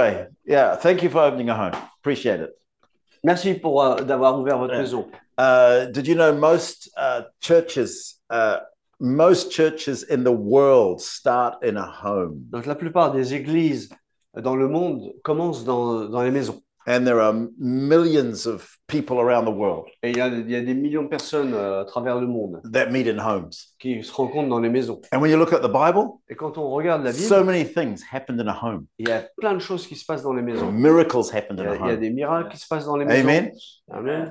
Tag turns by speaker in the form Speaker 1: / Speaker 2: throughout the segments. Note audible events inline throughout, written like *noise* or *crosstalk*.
Speaker 1: Hey, yeah, thank you for opening a home. Appreciate it.
Speaker 2: Merci pour euh, d'avoir ouvert votre maison.
Speaker 1: Uh, did you know most uh, churches, uh, most churches in the world start in a home,
Speaker 2: Donc la plupart des églises dans le monde commencent dans, dans les maisons.
Speaker 1: and there are millions of people around the world
Speaker 2: Et il y a, il y a des millions de personnes euh, à travers le monde
Speaker 1: that meet in homes.
Speaker 2: qui se rencontrent dans les maisons.
Speaker 1: And when you look at the Bible,
Speaker 2: Et quand on regarde la Bible,
Speaker 1: so many things happened in a home.
Speaker 2: il y a plein de choses qui se passent dans les maisons.
Speaker 1: Miracles happened in
Speaker 2: Il y a,
Speaker 1: a
Speaker 2: il y a
Speaker 1: home.
Speaker 2: des miracles qui se passent dans les maisons.
Speaker 1: Amen.
Speaker 2: Amen.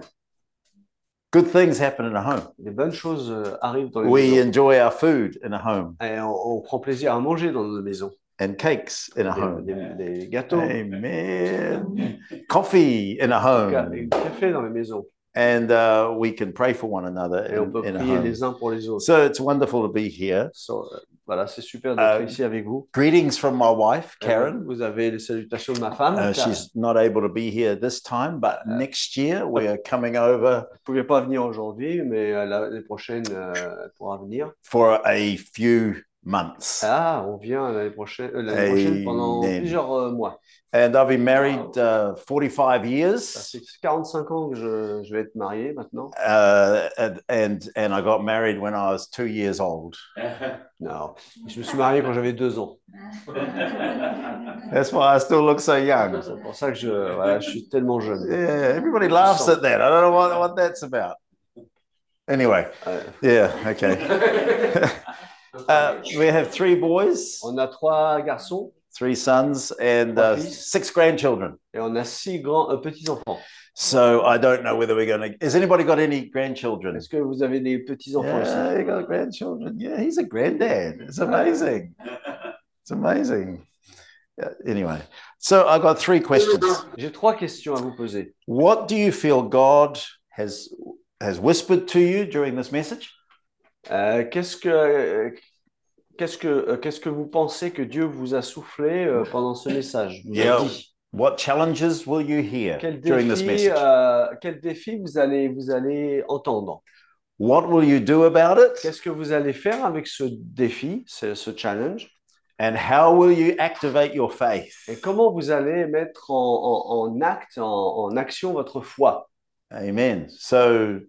Speaker 1: Good things happen in a home.
Speaker 2: Des bonnes choses euh, arrivent dans les
Speaker 1: We
Speaker 2: maisons.
Speaker 1: enjoy our food in a home
Speaker 2: Et on, on prend plaisir à manger dans nos maisons.
Speaker 1: and cakes in a home.
Speaker 2: Des, des- des gâteaux,
Speaker 1: Amen. Coffee in a
Speaker 2: ca- et
Speaker 1: home.
Speaker 2: du café dans les maisons.
Speaker 1: And uh, we can pray for one another
Speaker 2: Et on
Speaker 1: in,
Speaker 2: peut
Speaker 1: in a
Speaker 2: prier
Speaker 1: home.
Speaker 2: les uns pour les autres.
Speaker 1: So it's wonderful to be here.
Speaker 2: So, euh, voilà, c'est super d'être
Speaker 1: Euh,
Speaker 2: ici avec vous.
Speaker 1: Greetings from my wife, Karen.
Speaker 2: Euh, Vous avez les salutations de ma femme.
Speaker 1: Uh, Ah
Speaker 2: Karen.
Speaker 1: she's not able to be here this time, but
Speaker 2: Uh,
Speaker 1: next year we are coming over
Speaker 2: ne pouvait pas venir aujourd'hui, mais euh, la- l'année prochaine, euh, elle pourra venir.
Speaker 1: for a few months.
Speaker 2: Ah, on vient l'année prochaine, euh, l'année prochaine pendant
Speaker 1: Amen.
Speaker 2: plusieurs euh, mois.
Speaker 1: And I've been married uh, 45
Speaker 2: Ça
Speaker 1: years.
Speaker 2: fait 45 ans que je, je vais être marié maintenant.
Speaker 1: Uh, and, and and I got married when I was two years old.
Speaker 2: Non, je me suis marié quand j'avais deux ans. *laughs*
Speaker 1: That's why I still look so young.
Speaker 2: Euh, C'est pour ça que je, voilà, je suis tellement jeune.
Speaker 1: Yeah, everybody laughs at that. I don't know what, what that's about. Anyway,
Speaker 2: Euh,
Speaker 1: yeah, okay. Uh, we have three boys,
Speaker 2: on a trois garçons
Speaker 1: three sons, and uh, six grandchildren.
Speaker 2: et on a six grands euh, petits enfants.
Speaker 1: So I don't know whether we're going to. Has anybody got any grandchildren?
Speaker 2: Est-ce que vous avez des petits enfants
Speaker 1: Yeah,
Speaker 2: aussi
Speaker 1: you got grandchildren. Yeah, he's a granddad. *laughs* It's amazing. It's amazing. Yeah, anyway, so I've got three questions.
Speaker 2: J'ai trois questions à vous poser.
Speaker 1: What do you feel God has has whispered to you during this message?
Speaker 2: Euh, qu'est-ce que euh, qu'est-ce que euh, qu'est-ce que vous pensez que Dieu vous a soufflé euh, pendant ce message vous a
Speaker 1: Yeah.
Speaker 2: dit
Speaker 1: What challenges will you hear uh,
Speaker 2: Quel
Speaker 1: during this
Speaker 2: défi,
Speaker 1: message?
Speaker 2: euh, quel défi vous allez vous allez entendre
Speaker 1: What will you do about it?
Speaker 2: Qu'est-ce que vous allez faire avec ce défi, ce, ce challenge
Speaker 1: And how will you activate your faith?
Speaker 2: Et comment vous allez mettre en, en- en acte, en, en action votre foi
Speaker 1: Amen. So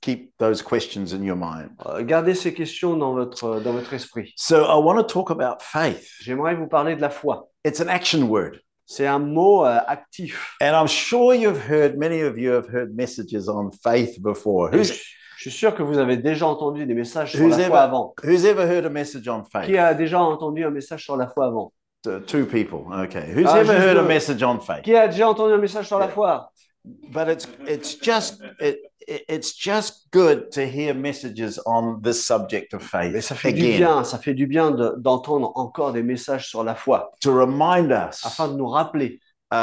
Speaker 1: keep those questions in your mind.
Speaker 2: Euh, Gardez ces questions dans votre dans votre esprit.
Speaker 1: So I want to talk about faith.
Speaker 2: J'aimerais vous parler de la foi.
Speaker 1: It's an action word.
Speaker 2: C'est un mot euh, actif.
Speaker 1: And I'm sure you've heard, many of you have heard messages on faith before.
Speaker 2: Et
Speaker 1: Who's,
Speaker 2: Je, je suis sûr que vous avez déjà entendu des messages sur
Speaker 1: Who's
Speaker 2: la
Speaker 1: ever-
Speaker 2: foi avant.
Speaker 1: who's ever heard a message on
Speaker 2: Qui
Speaker 1: faith?
Speaker 2: a déjà entendu un message sur la foi avant
Speaker 1: Uh, Two people. Okay. Who's
Speaker 2: Ah,
Speaker 1: ever
Speaker 2: just
Speaker 1: heard a
Speaker 2: do it.
Speaker 1: message on faith?
Speaker 2: Qui a déjà entendu un message sur la
Speaker 1: Yeah.
Speaker 2: foi
Speaker 1: But it's it's just it, it it's just good to hear messages on this subject of faith
Speaker 2: Mais ça fait du
Speaker 1: again
Speaker 2: bien, ça fait du bien de- d'entendre encore des messages sur la foi
Speaker 1: to remind us.
Speaker 2: afin de nous rappeler.
Speaker 1: Uh, uh,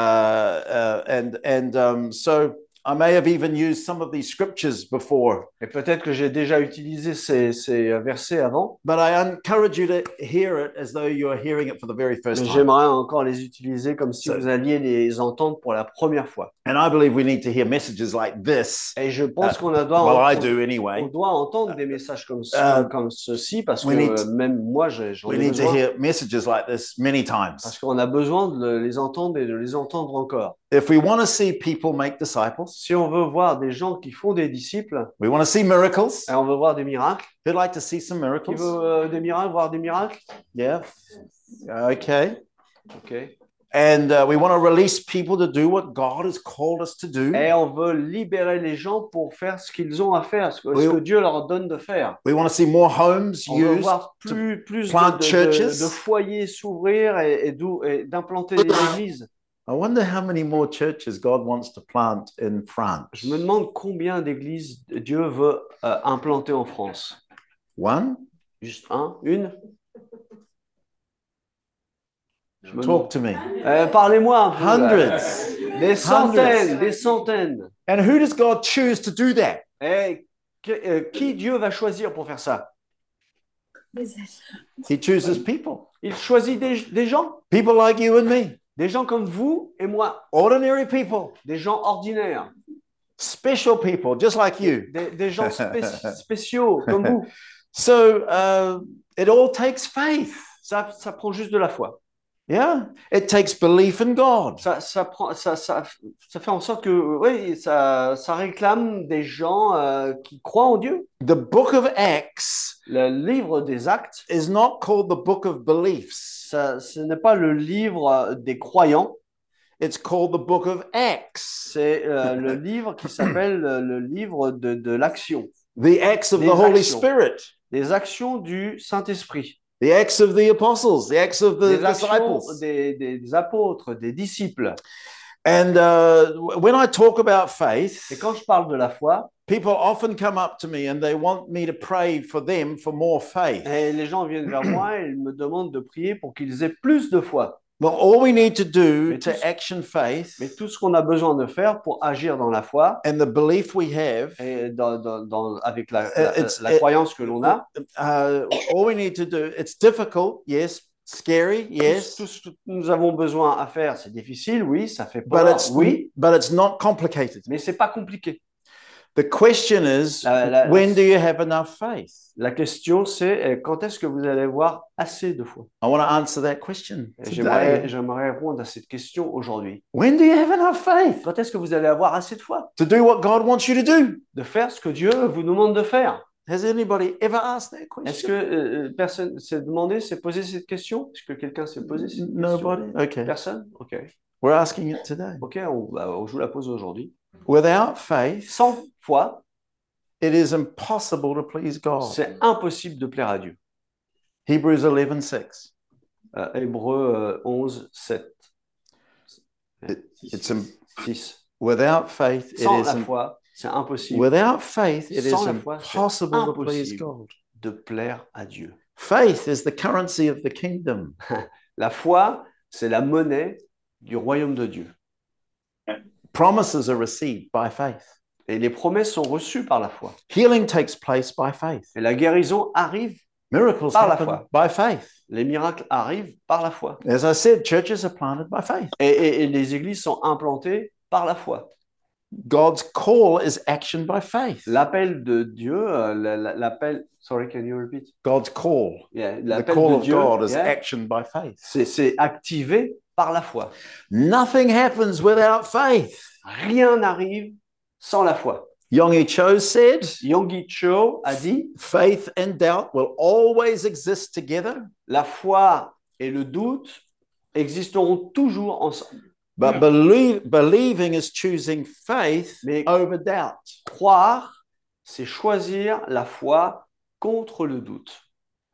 Speaker 1: and and um, so I may have even used some of these scriptures before,
Speaker 2: Et peut-être que j'ai déjà utilisé ces, ces versets avant,
Speaker 1: but I encourage you to hear it as though you're hearing it for the very
Speaker 2: mais
Speaker 1: first time.
Speaker 2: j'aimerais encore les utiliser comme si
Speaker 1: Ça-
Speaker 2: vous alliez les entendre pour la première fois.
Speaker 1: And I believe we need to hear messages like this.
Speaker 2: Et je
Speaker 1: Ah,
Speaker 2: pense qu'on a- doit,
Speaker 1: Well, I
Speaker 2: entendre-
Speaker 1: do
Speaker 2: on
Speaker 1: anyway.
Speaker 2: doit entendre des messages comme, ce-
Speaker 1: Euh,
Speaker 2: comme ceci parce que
Speaker 1: we need-
Speaker 2: euh, même moi, j'ai- j'en
Speaker 1: We
Speaker 2: ai
Speaker 1: need to
Speaker 2: besoin.
Speaker 1: hear messages like this many
Speaker 2: Parce
Speaker 1: times.
Speaker 2: qu'on a besoin de le- les entendre et de les entendre encore.
Speaker 1: If we want to see people make disciples,
Speaker 2: Si on veut voir des gens qui font des disciples,
Speaker 1: we want to see miracles.
Speaker 2: Et on veut voir des miracles.
Speaker 1: Who'd like to see some
Speaker 2: Qui veut
Speaker 1: miracles?
Speaker 2: euh, des miracles, voir des miracles
Speaker 1: Yeah. Okay.
Speaker 2: Ok. Et
Speaker 1: And uh, we want to release people to do what God has called us to do.
Speaker 2: on veut libérer les gens pour faire ce qu'ils ont à faire, ce que,
Speaker 1: Oui.
Speaker 2: ce que Dieu leur donne de faire.
Speaker 1: We want to see more homes
Speaker 2: On veut
Speaker 1: used.
Speaker 2: voir plus, plus de,
Speaker 1: plant
Speaker 2: de- de-
Speaker 1: churches.
Speaker 2: de foyers s'ouvrir et, et d'où- et d'implanter des églises.
Speaker 1: I wonder how many more churches God wants to plant in France.
Speaker 2: Je me demande combien d'églises Dieu veut euh, implanter en France.
Speaker 1: One?
Speaker 2: Juste un, une Je me
Speaker 1: Talk to me.
Speaker 2: demande- Euh, Parlez-moi un peu, là.
Speaker 1: Hundreds.
Speaker 2: Des centaines, des centaines.
Speaker 1: And who does God choose to do that?
Speaker 2: Et que- euh, qui Dieu va choisir pour faire ça
Speaker 1: He chooses people.
Speaker 2: Il choisit des, des gens,
Speaker 1: People like you and me.
Speaker 2: des gens comme vous et moi,
Speaker 1: Ordinary people.
Speaker 2: des gens ordinaires,
Speaker 1: special people just like you
Speaker 2: des, des gens spé- spéciaux comme vous.
Speaker 1: so uh, it all takes faith
Speaker 2: Ça, ça prend juste de la foi.
Speaker 1: Yeah. It takes belief in God.
Speaker 2: Ça, ça, prend, ça, ça, ça fait en sorte que oui, ça, ça réclame des gens euh, qui croient en Dieu.
Speaker 1: The book of Acts
Speaker 2: Le livre des actes,
Speaker 1: is not called the book of beliefs,
Speaker 2: ça- ce n'est pas le livre euh, des croyants,
Speaker 1: it's called the book of Acts.
Speaker 2: c'est euh, le livre qui s'appelle euh, le livre de, de l'action,
Speaker 1: The acts of
Speaker 2: Les
Speaker 1: the Holy
Speaker 2: actions.
Speaker 1: Spirit,
Speaker 2: des actions du Saint-Esprit,
Speaker 1: the acts of the apostles, the acts of the
Speaker 2: des actions
Speaker 1: disciples.
Speaker 2: des, des apôtres, des disciples.
Speaker 1: And uh, w- when I talk about faith,
Speaker 2: Et quand je parle de la foi,
Speaker 1: people often come up to me and they want me to pray for them for more faith.
Speaker 2: eh, les gens viennent vers moi et ils me demandent de prier pour qu'ils aient plus de foi.
Speaker 1: Well, all we need to do
Speaker 2: Mais tout ce-
Speaker 1: to action faith
Speaker 2: Mais tout ce qu'on a besoin de faire pour agir dans la foi,
Speaker 1: and the belief we have,
Speaker 2: et dans- dans- dans- avec la, la-
Speaker 1: Euh, it's-
Speaker 2: la croyance que l'on a,
Speaker 1: uh, all we need to do, it's difficult, yes, scary,
Speaker 2: tout,
Speaker 1: yes,
Speaker 2: tout ce que nous avons besoin à faire, c'est difficile, oui, ça fait
Speaker 1: but
Speaker 2: peur,
Speaker 1: it's,
Speaker 2: oui,
Speaker 1: but it's not complicated.
Speaker 2: mais c'est pas compliqué.
Speaker 1: The question is,
Speaker 2: La- la-
Speaker 1: when do you have enough faith?
Speaker 2: La question, c'est eh, quand est-ce que vous allez avoir assez de foi
Speaker 1: I want to answer that question
Speaker 2: Et J'aimerais
Speaker 1: today.
Speaker 2: j'aimerais répondre à cette question aujourd'hui.
Speaker 1: When do you have enough faith
Speaker 2: Quand est-ce que vous allez avoir assez de foi
Speaker 1: to do what God wants you to do?
Speaker 2: de faire ce que Dieu vous demande de faire
Speaker 1: Has anybody ever asked that question?
Speaker 2: Est-ce que euh, euh, personne s'est demandé, s'est posé cette question Est-ce que quelqu'un s'est posé cette question
Speaker 1: Nobody? Okay.
Speaker 2: Personne Ok.
Speaker 1: We're asking it today.
Speaker 2: Ok, on, bah, je vous la pose aujourd'hui.
Speaker 1: Without faith,
Speaker 2: Sans foi,
Speaker 1: it is impossible to please God.
Speaker 2: c'est impossible de plaire à Dieu.
Speaker 1: Hebrews 11 6.
Speaker 2: Euh, Hébreux euh, 11, 7,
Speaker 1: It's im-
Speaker 2: 6.
Speaker 1: without faith, it
Speaker 2: Sans
Speaker 1: is
Speaker 2: la
Speaker 1: im-
Speaker 2: foi, c'est impossible
Speaker 1: without faith, it
Speaker 2: Sans
Speaker 1: is
Speaker 2: la foi, c'est
Speaker 1: impossible to please
Speaker 2: impossible.
Speaker 1: God.
Speaker 2: de plaire à Dieu.
Speaker 1: Faith is the currency of the kingdom.
Speaker 2: La foi, c'est la monnaie du royaume de Dieu.
Speaker 1: Promises are received by faith.
Speaker 2: Et les promesses sont reçues par la foi.
Speaker 1: Healing takes place by faith.
Speaker 2: Et la guérison arrive,
Speaker 1: Miracles
Speaker 2: Par la
Speaker 1: happen
Speaker 2: foi.
Speaker 1: by faith.
Speaker 2: les miracles arrivent par la foi.
Speaker 1: As I said, churches are planted by faith.
Speaker 2: Et, et- et les églises sont implantées par la foi.
Speaker 1: God's call is action by faith.
Speaker 2: L'appel de Dieu, euh, la- la- l'appel, sorry, can you repeat?
Speaker 1: God's call,
Speaker 2: Yeah,
Speaker 1: the
Speaker 2: l'appel
Speaker 1: call
Speaker 2: de
Speaker 1: of
Speaker 2: Dieu,
Speaker 1: God is
Speaker 2: yeah,
Speaker 1: action by faith.
Speaker 2: c'est- c'est activé par la foi.
Speaker 1: Nothing happens without faith.
Speaker 2: Rien n'arrive sans la foi.
Speaker 1: Yonggi Cho said,
Speaker 2: Yonggi Cho a dit
Speaker 1: faith and doubt will always exist together,
Speaker 2: la foi et le doute existeront toujours ensemble.
Speaker 1: but believe, believing is choosing faith
Speaker 2: Mais
Speaker 1: over doubt.
Speaker 2: croire, c'est choisir la foi contre le doute,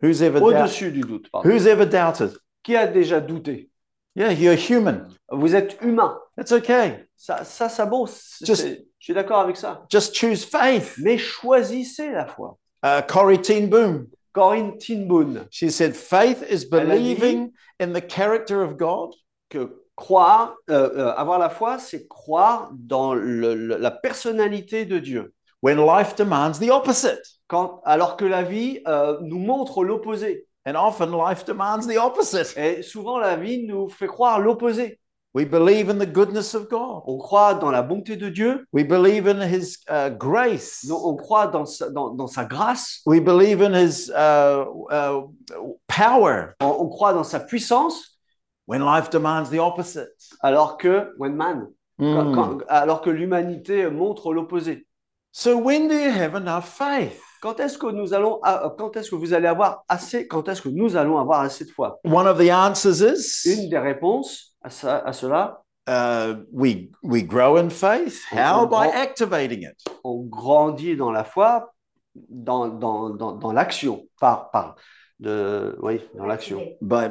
Speaker 1: Who's ever, doubt,
Speaker 2: au-dessus du doute. pardon.
Speaker 1: who's ever doubted?
Speaker 2: Qui a déjà douté
Speaker 1: Yeah, you're human.
Speaker 2: Vous êtes humain.
Speaker 1: It's okay.
Speaker 2: Ça, ça, ça bon, c'est-
Speaker 1: Just-
Speaker 2: c'est- je suis d'accord avec ça.
Speaker 1: Just choose faith.
Speaker 2: Mais choisissez la foi.
Speaker 1: Uh, Corrie Ten Boom,
Speaker 2: Corinne Tinboon,
Speaker 1: She said, faith is
Speaker 2: Elle a dit-
Speaker 1: believing in the character of God
Speaker 2: que croire, euh, euh, avoir la foi, c'est croire dans le- le- la personnalité de Dieu.
Speaker 1: when life demands the opposite.
Speaker 2: Quand, alors que la vie euh, nous montre l'opposé.
Speaker 1: And often life demands the opposite.
Speaker 2: Et souvent, la vie nous fait croire l'opposé.
Speaker 1: We believe in the goodness of God,
Speaker 2: On croit dans la bonté de Dieu,
Speaker 1: we believe in His uh, grace,
Speaker 2: non, on croit dans sa, dans- dans sa grâce,
Speaker 1: we believe in His uh, uh, power
Speaker 2: on, on croit dans sa puissance,
Speaker 1: when life demands the opposite.
Speaker 2: alors que, when man, quand-
Speaker 1: Mm.
Speaker 2: quand- alors que l'humanité montre l'opposé.
Speaker 1: So, when do you have enough faith?
Speaker 2: Quand est-ce que nous allons, a- euh, quand est-ce que vous allez avoir assez, quand est-ce que nous allons avoir assez de foi
Speaker 1: One of the answers is
Speaker 2: Une des réponses à, ça- à cela,
Speaker 1: uh, we, we grow in faith. How? By
Speaker 2: Well-
Speaker 1: activating it.
Speaker 2: on grandit dans la foi, dans, dans, dans, dans l'action, par, par, de, oui, dans l'action.
Speaker 1: By,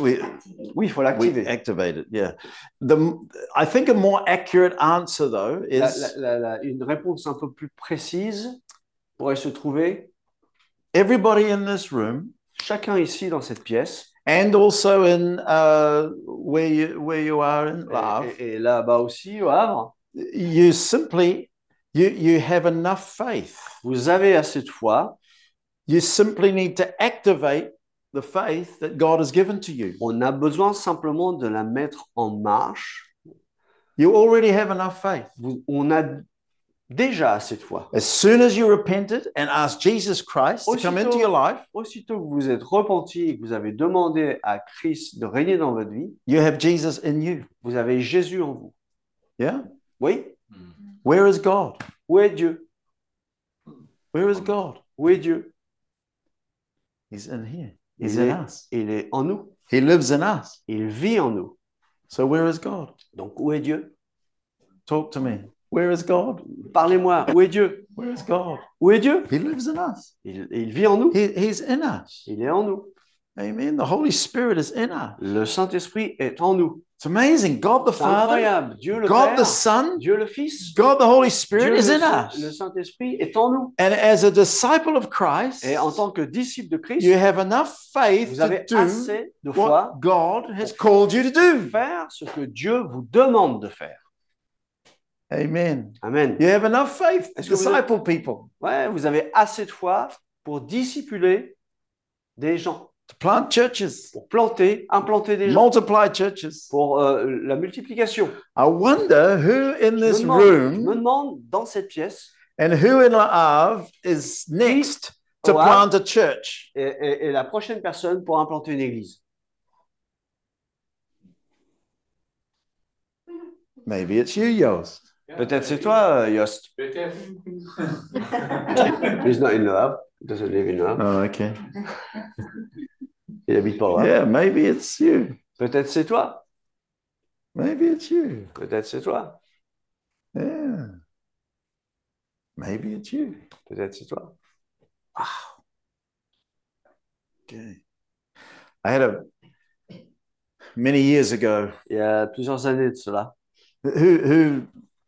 Speaker 1: we,
Speaker 2: Oui, il faut
Speaker 1: We
Speaker 2: l'activer.
Speaker 1: activate it, yeah. The I think a more accurate answer though
Speaker 2: La-
Speaker 1: is
Speaker 2: la- la- la- une réponse un peu plus précise pourrait se trouver
Speaker 1: everybody in this room
Speaker 2: chacun ici dans cette pièce
Speaker 1: and also in uh, where you where you are in
Speaker 2: et-
Speaker 1: love,
Speaker 2: et, et là-bas aussi au Havre.
Speaker 1: you simply you you have enough faith.
Speaker 2: Vous avez assez de foi.
Speaker 1: You simply need to activate the faith that God has given to you.
Speaker 2: On a besoin simplement de la mettre en marche.
Speaker 1: You already have enough faith.
Speaker 2: Vous- on a Déjà cette fois,
Speaker 1: As soon as you repented and asked Jesus Christ to come
Speaker 2: Aussitôt-
Speaker 1: into your life,
Speaker 2: aussitôt que vous vous êtes repenti et que vous avez demandé à Christ de régner dans votre vie,
Speaker 1: you have Jesus in you.
Speaker 2: vous avez Jésus en vous.
Speaker 1: Yeah?
Speaker 2: Oui?
Speaker 1: Where is God?
Speaker 2: Où est Dieu?
Speaker 1: Where is God?
Speaker 2: Où est Dieu?
Speaker 1: He's in here.
Speaker 2: Il
Speaker 1: He's
Speaker 2: est-
Speaker 1: in us.
Speaker 2: Il est en nous.
Speaker 1: He lives in us.
Speaker 2: Il vit en nous.
Speaker 1: So where is God?
Speaker 2: Donc où est Dieu?
Speaker 1: Talk to me. Where is God?
Speaker 2: Parlez-moi. Où est Dieu?
Speaker 1: Where is God?
Speaker 2: Où est Dieu?
Speaker 1: He lives in us.
Speaker 2: Il, il vit en nous.
Speaker 1: He, he's in us.
Speaker 2: Il est en nous.
Speaker 1: Amen. The Holy Spirit is in us.
Speaker 2: Le Saint-Esprit est en nous.
Speaker 1: It's amazing. God the
Speaker 2: C'est
Speaker 1: Father,
Speaker 2: incroyable. Dieu le
Speaker 1: God the
Speaker 2: Père,
Speaker 1: Son,
Speaker 2: Dieu le Fils,
Speaker 1: God the Holy
Speaker 2: Dieu
Speaker 1: Spirit
Speaker 2: le,
Speaker 1: is in
Speaker 2: Saint-
Speaker 1: us.
Speaker 2: le Saint-Esprit est en nous.
Speaker 1: And as a disciple of Christ,
Speaker 2: Et en tant que disciple de Christ,
Speaker 1: you have enough faith
Speaker 2: vous
Speaker 1: to
Speaker 2: avez
Speaker 1: do
Speaker 2: assez de foi
Speaker 1: what God has called you to
Speaker 2: pour
Speaker 1: do.
Speaker 2: faire ce que Dieu vous demande de faire.
Speaker 1: Amen.
Speaker 2: Amen.
Speaker 1: You have enough faith to
Speaker 2: Est-ce que vous-
Speaker 1: disciple people,
Speaker 2: Ouais, vous avez assez de foi pour discipuler des gens,
Speaker 1: to plant churches,
Speaker 2: pour planter, implanter des gens,
Speaker 1: multiply churches.
Speaker 2: pour euh, la multiplication.
Speaker 1: I wonder who in
Speaker 2: Je me
Speaker 1: this
Speaker 2: demande- je me
Speaker 1: room
Speaker 2: demande dans cette pièce
Speaker 1: and who in Laav is next to
Speaker 2: Laav.
Speaker 1: plant a church.
Speaker 2: et, et- et la prochaine personne pour implanter une église.
Speaker 1: Maybe it's you, Yost.
Speaker 2: Peut-être c'est toi, euh, Yost.
Speaker 3: Peut-être.
Speaker 2: He's not in Le Havre. Doesn't live in Le Havre.
Speaker 1: Oh, okay.
Speaker 2: Il habite pas Le Havre.
Speaker 1: Yeah, maybe it's you.
Speaker 2: Peut-être c'est toi.
Speaker 1: Maybe it's you.
Speaker 2: Peut-être c'est toi.
Speaker 1: Yeah. Maybe it's you.
Speaker 2: Peut-être c'est toi.
Speaker 1: Okay. I had a many years ago.
Speaker 2: Il y a plusieurs années de cela.
Speaker 1: Who who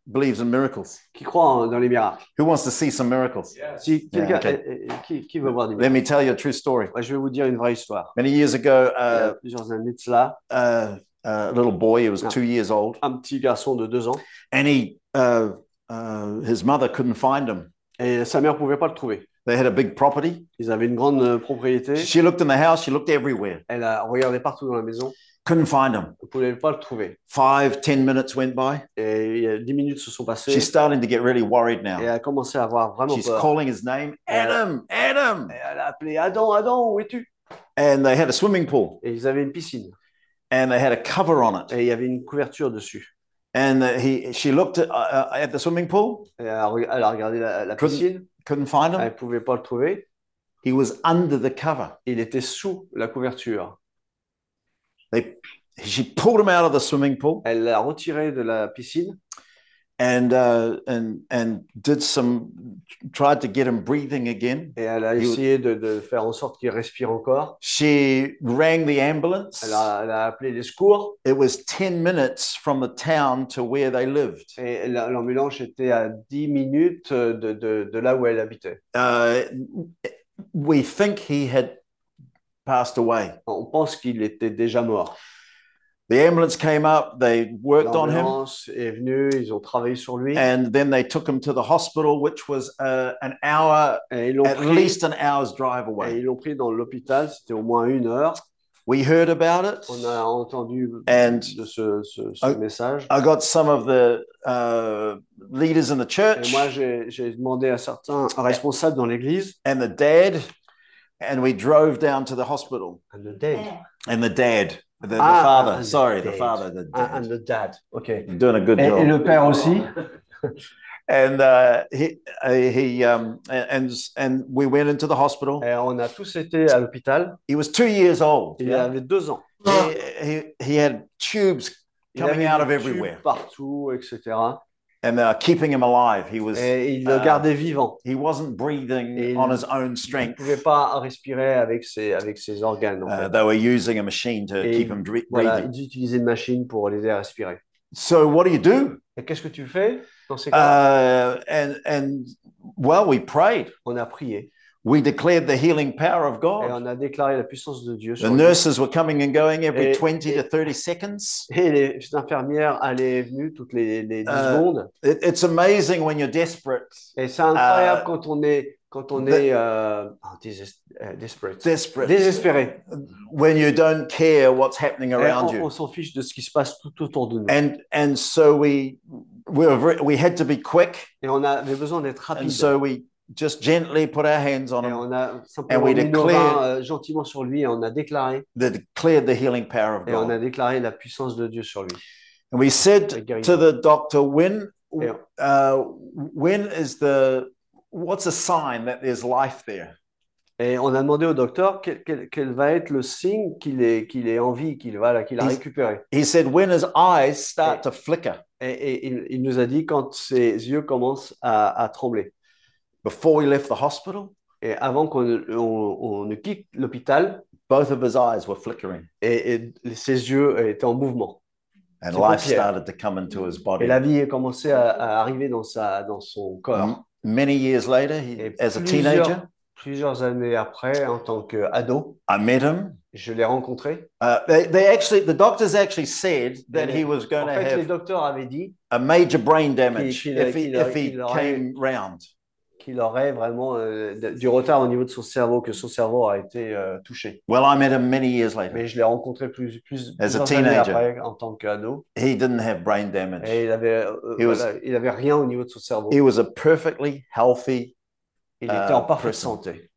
Speaker 1: believes in miracles?
Speaker 2: Qui croit en- dans les miracles
Speaker 1: Who wants to see some miracles?
Speaker 3: Yes.
Speaker 2: Si
Speaker 1: Yeah,
Speaker 2: quelqu'un,
Speaker 1: ok.
Speaker 2: eh, eh, qui, qui veut voir des miracles
Speaker 1: Let me tell you a true story.
Speaker 2: Ouais, Je vais vous dire une vraie histoire.
Speaker 1: Many years ago,
Speaker 2: Il y a
Speaker 1: uh,
Speaker 2: plusieurs années de cela,
Speaker 1: uh, a little boy, he was
Speaker 2: Yeah.
Speaker 1: two years old,
Speaker 2: un petit garçon de deux ans
Speaker 1: and he uh, uh, his mother couldn't find him.
Speaker 2: et sa mère pouvait pas le trouver.
Speaker 1: They had a big property.
Speaker 2: Ils avaient une grande euh, propriété.
Speaker 1: She looked in the house. She looked everywhere.
Speaker 2: Elle a regardé partout dans la maison.
Speaker 1: Couldn't find him.
Speaker 2: Elle pouvait pas le trouver.
Speaker 1: Five, ten minutes went by.
Speaker 2: Et il y a dix minutes se sont passées.
Speaker 1: She's starting to get really worried
Speaker 2: Et
Speaker 1: now.
Speaker 2: elle a commencé à avoir vraiment
Speaker 1: She's
Speaker 2: peur.
Speaker 1: calling his name, Adam, Adam.
Speaker 2: Et elle a appelé Adam, Adam, où es-tu
Speaker 1: And they had a swimming pool,
Speaker 2: Et ils avaient une piscine.
Speaker 1: and they had a cover on it.
Speaker 2: Et il y avait une couverture dessus.
Speaker 1: And uh, he, she looked at, uh, uh, at the swimming pool,
Speaker 2: Et elle, a, re- elle a regardé la, la
Speaker 1: Couldn't-
Speaker 2: piscine.
Speaker 1: couldn't find
Speaker 2: Elle
Speaker 1: him.
Speaker 2: ne pouvait pas le trouver.
Speaker 1: He was under the cover.
Speaker 2: Il était sous la couverture.
Speaker 1: She pulled him out of the swimming pool
Speaker 2: Elle l'a retiré de la piscine.
Speaker 1: and uh, and and did some tried to get him breathing again.
Speaker 2: Et elle a
Speaker 1: You-
Speaker 2: essayé de, de faire en sorte qu'il respire encore.
Speaker 1: She rang the ambulance.
Speaker 2: Elle a, elle a appelé les secours.
Speaker 1: It was ten minutes from the town to where they lived.
Speaker 2: Et la- l'ambulance était à 10 minutes euh, de, de- de là où elle habitait.
Speaker 1: Uh, we think he had passed away.
Speaker 2: On pense qu'il était déjà mort.
Speaker 1: The ambulance came up. They worked on him.
Speaker 2: L'ambulance est venue, ils ont travaillé sur lui.
Speaker 1: and then they took him to the hospital, which was uh, an hour,
Speaker 2: Et ils l'ont
Speaker 1: at
Speaker 2: pris
Speaker 1: least an hour's drive
Speaker 2: Et
Speaker 1: away.
Speaker 2: ils l'ont pris dans l'hôpital, c'était au moins une heure.
Speaker 1: We heard about it,
Speaker 2: On a entendu
Speaker 1: and
Speaker 2: de ce, ce- ce
Speaker 1: Ah.
Speaker 2: message.
Speaker 1: I got some of the uh, leaders in the
Speaker 2: Et
Speaker 1: church
Speaker 2: moi, j'ai j'ai demandé à certains responsables dans l'église,
Speaker 1: and the dad, and we drove down to the hospital.
Speaker 2: and the dad,
Speaker 1: And the dad, the, the
Speaker 2: Ah,
Speaker 1: father,
Speaker 2: the
Speaker 1: sorry, the
Speaker 2: dad. Ah,
Speaker 1: father, the
Speaker 2: and,
Speaker 1: dad.
Speaker 2: and the dad. Ok. Et,
Speaker 1: You're doing a good
Speaker 2: et
Speaker 1: job.
Speaker 2: le père aussi.
Speaker 1: And uh, he, uh, he, um, and and we went into the hospital.
Speaker 2: Et on a tous été à l'hôpital.
Speaker 1: He was two years old.
Speaker 2: Il avait deux ans.
Speaker 1: He, he, he had tubes
Speaker 2: Il
Speaker 1: Coming
Speaker 2: avait
Speaker 1: out of
Speaker 2: des tubes
Speaker 1: everywhere.
Speaker 2: partout, etc.
Speaker 1: and they are keeping him alive. He was
Speaker 2: Et il le
Speaker 1: Ah.
Speaker 2: gardait vivant.
Speaker 1: he wasn't breathing
Speaker 2: Il-
Speaker 1: on his own
Speaker 2: Il ne
Speaker 1: strength.
Speaker 2: pouvait pas respirer avec ses, avec ses organes. en
Speaker 1: Uh,
Speaker 2: fait.
Speaker 1: they were using a machine to
Speaker 2: Et
Speaker 1: keep him dre-
Speaker 2: Voilà,
Speaker 1: breathing.
Speaker 2: ils utilisaient une machine pour l'aider à respirer.
Speaker 1: So what do you do?
Speaker 2: Et qu'est-ce que tu fais dans ces cas
Speaker 1: Uh, and and well, we prayed.
Speaker 2: On a prié.
Speaker 1: We declared the healing power of
Speaker 2: Et
Speaker 1: God.
Speaker 2: on a déclaré la puissance de Dieu
Speaker 1: The
Speaker 2: sur lui.
Speaker 1: nurses were coming and going every
Speaker 2: Et-
Speaker 1: 20 to 30 seconds.
Speaker 2: Et les infirmières allaient et venues toutes les, les 10
Speaker 1: Euh,
Speaker 2: secondes.
Speaker 1: It, it's amazing when you're desperate,
Speaker 2: Et c'est incroyable
Speaker 1: euh,
Speaker 2: quand on est, quand on
Speaker 1: the-
Speaker 2: est euh, oh, déses- euh, desperate.
Speaker 1: desperate,
Speaker 2: désespéré.
Speaker 1: when you don't care what's happening
Speaker 2: Et
Speaker 1: around
Speaker 2: on
Speaker 1: you.
Speaker 2: on s'en fiche de ce qui se passe tout autour de nous.
Speaker 1: And and so we we were very, we had to be quick,
Speaker 2: Et on avait besoin d'être rapide.
Speaker 1: and so we just gently put our hands on
Speaker 2: et
Speaker 1: him
Speaker 2: on a simplement
Speaker 1: we
Speaker 2: mis nos
Speaker 1: declare-
Speaker 2: mains, euh, gentiment sur lui et on a déclaré.
Speaker 1: that declared the healing power of
Speaker 2: Et on
Speaker 1: God.
Speaker 2: a déclaré la puissance de Dieu sur lui.
Speaker 1: And we
Speaker 2: la
Speaker 1: said
Speaker 2: guérison.
Speaker 1: to the doctor, when
Speaker 2: Yeah.
Speaker 1: uh, when is the what's a sign that there's life there?
Speaker 2: Et on a demandé au docteur quel, quel- quel va être le signe qu'il est, qu'il est en vie, qu'il va, qu'il a
Speaker 1: He's-
Speaker 2: récupéré.
Speaker 1: He said, when his eyes start to flicker
Speaker 2: Et, et il, il nous a dit quand ses yeux commencent à, à trembler.
Speaker 1: before we left the hospital.
Speaker 2: Et avant qu'on on- on ne quitte l'hôpital,
Speaker 1: Both of his eyes were flickering,
Speaker 2: et, et ses yeux étaient en mouvement.
Speaker 1: and
Speaker 2: C'est
Speaker 1: life
Speaker 2: pompier.
Speaker 1: started to come into his body.
Speaker 2: Et la vie a commencé à, à arriver dans, sa, dans son corps.
Speaker 1: M- Many years later, he,
Speaker 2: Et
Speaker 1: as a
Speaker 2: plusieurs,
Speaker 1: teenager,
Speaker 2: plusieurs années après, en tant qu'ado,
Speaker 1: I met him.
Speaker 2: je l'ai rencontré.
Speaker 1: Uh, they, they actually, the doctors actually said that
Speaker 2: And
Speaker 1: he was
Speaker 2: En
Speaker 1: going to
Speaker 2: fait, les
Speaker 1: have
Speaker 2: docteurs avaient dit
Speaker 1: a major brain damage
Speaker 2: qu'il-
Speaker 1: if he,
Speaker 2: qu'il-
Speaker 1: if he
Speaker 2: qu'il aurait-
Speaker 1: came round.
Speaker 2: qu'il aurait vraiment euh, de- du retard au niveau de son cerveau, que son cerveau a été euh, touché.
Speaker 1: Well, I met him many years later.
Speaker 2: Mais je l'ai rencontré plus, plus
Speaker 1: As a
Speaker 2: plusieurs années
Speaker 1: teenager.
Speaker 2: après en tant qu'ado.
Speaker 1: He didn't have brain damage.
Speaker 2: Et il avait, euh,
Speaker 1: He was-
Speaker 2: voilà, il avait rien au niveau de son cerveau.
Speaker 1: He was a perfectly healthy,
Speaker 2: Il était en
Speaker 1: euh,
Speaker 2: parfaite
Speaker 1: person.
Speaker 2: santé.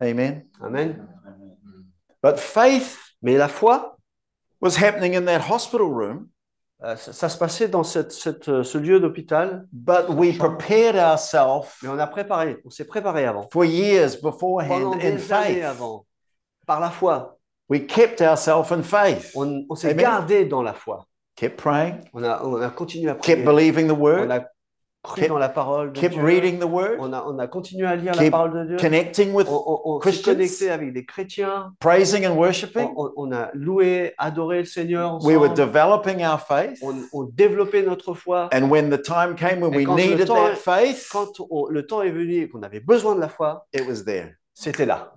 Speaker 1: amen.
Speaker 2: Amen.
Speaker 1: But faith
Speaker 2: Mais la foi,
Speaker 1: was happening in that hospital room,
Speaker 2: euh, ça, ça se passait dans cette, cette, euh, ce lieu d'hôpital,
Speaker 1: but we prepared ourselves
Speaker 2: mais on a préparé, on s'est préparé avant.
Speaker 1: for years
Speaker 2: Pendant
Speaker 1: beforehand in
Speaker 2: des années
Speaker 1: faith.
Speaker 2: avant, par la foi.
Speaker 1: We kept ourselves in faith,
Speaker 2: On, on s'est
Speaker 1: Amen.
Speaker 2: gardé dans la foi.
Speaker 1: kept praying,
Speaker 2: On a, on a continué à
Speaker 1: kept
Speaker 2: prier.
Speaker 1: believing the
Speaker 2: On
Speaker 1: word,
Speaker 2: a pris
Speaker 1: Kept-
Speaker 2: dans la parole de
Speaker 1: kept
Speaker 2: Dieu.
Speaker 1: reading the word,
Speaker 2: On a, on a continué à lire la
Speaker 1: Keep
Speaker 2: parole de Dieu.
Speaker 1: connecting with,
Speaker 2: on on, on s'est
Speaker 1: Christians.
Speaker 2: connecté avec des chrétiens.
Speaker 1: praising and
Speaker 2: On,
Speaker 1: worshiping.
Speaker 2: on- on a loué, adoré le Seigneur.
Speaker 1: We were
Speaker 2: ensemble.
Speaker 1: developing our faith.
Speaker 2: on, on développait notre foi.
Speaker 1: And when the time came when
Speaker 2: Et
Speaker 1: we
Speaker 2: quand le
Speaker 1: needed
Speaker 2: temps
Speaker 1: that
Speaker 2: est-
Speaker 1: faith,
Speaker 2: Quand on- le temps est venu et qu'on avait besoin de la foi,
Speaker 1: it was there.
Speaker 2: c'était là.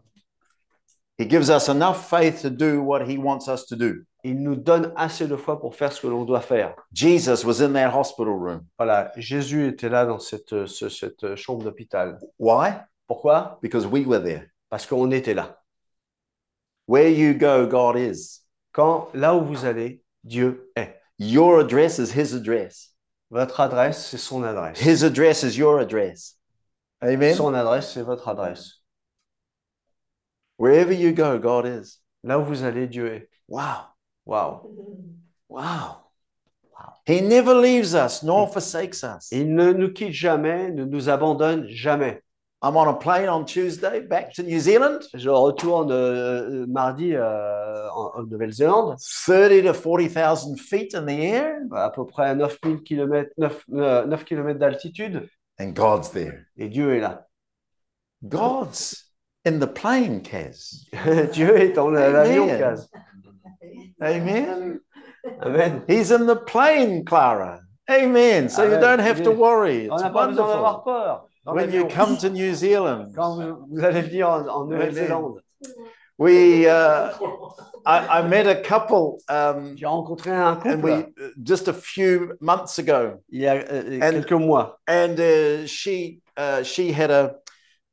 Speaker 1: He gives us enough faith to do what he wants us to do.
Speaker 2: Il nous donne assez de foi pour faire ce que l'on doit faire.
Speaker 1: Jesus was in that hospital room.
Speaker 2: Voilà, Jésus était là dans cette, ce- cette chambre d'hôpital.
Speaker 1: Why?
Speaker 2: Pourquoi
Speaker 1: Because we were there.
Speaker 2: Parce qu'on était là.
Speaker 1: Where you go, God is.
Speaker 2: Quand là où vous allez, Dieu est.
Speaker 1: Your address is his address.
Speaker 2: Votre adresse, c'est son adresse.
Speaker 1: His address is your address. Amen.
Speaker 2: Son adresse, c'est votre adresse.
Speaker 1: Wherever you go, God is.
Speaker 2: Là où vous allez, Dieu est.
Speaker 1: Wow.
Speaker 2: Waouh.
Speaker 1: Wow. Wow. He never leaves us nor forsakes us.
Speaker 2: Il ne nous quitte jamais, ne nous abandonne jamais.
Speaker 1: I'm on a plane on Tuesday back to New Zealand.
Speaker 2: Je retourne euh, euh, mardi euh, en, en Nouvelle-Zélande,
Speaker 1: 30 to 40,000 feet in the air
Speaker 2: à peu près à 9000 km, 9, euh, 9 km d'altitude,
Speaker 1: and God's there.
Speaker 2: et Dieu est là. *laughs*
Speaker 1: God's in the plane, Kaz.
Speaker 2: Dieu est dans la- l'avion,
Speaker 1: Amen.
Speaker 2: Kaz.
Speaker 1: Amen.
Speaker 2: Amen.
Speaker 1: He's in the plane, Clara. Amen. So you
Speaker 2: Amen.
Speaker 1: don't have to worry.
Speaker 2: On
Speaker 1: It's
Speaker 2: n'a pas besoin d'avoir
Speaker 1: wonderful.
Speaker 2: peur. Dans
Speaker 1: When you
Speaker 2: l'avion.
Speaker 1: come to New Zealand,
Speaker 2: Quand vous, vous allez venir en, en Nouvelle-Zélande,
Speaker 1: we uh, I, I met a couple um,
Speaker 2: j'ai rencontré un
Speaker 1: and
Speaker 2: couple
Speaker 1: we just a few months ago,
Speaker 2: il y a euh,
Speaker 1: And-
Speaker 2: quelques mois.
Speaker 1: and uh, she uh, she had a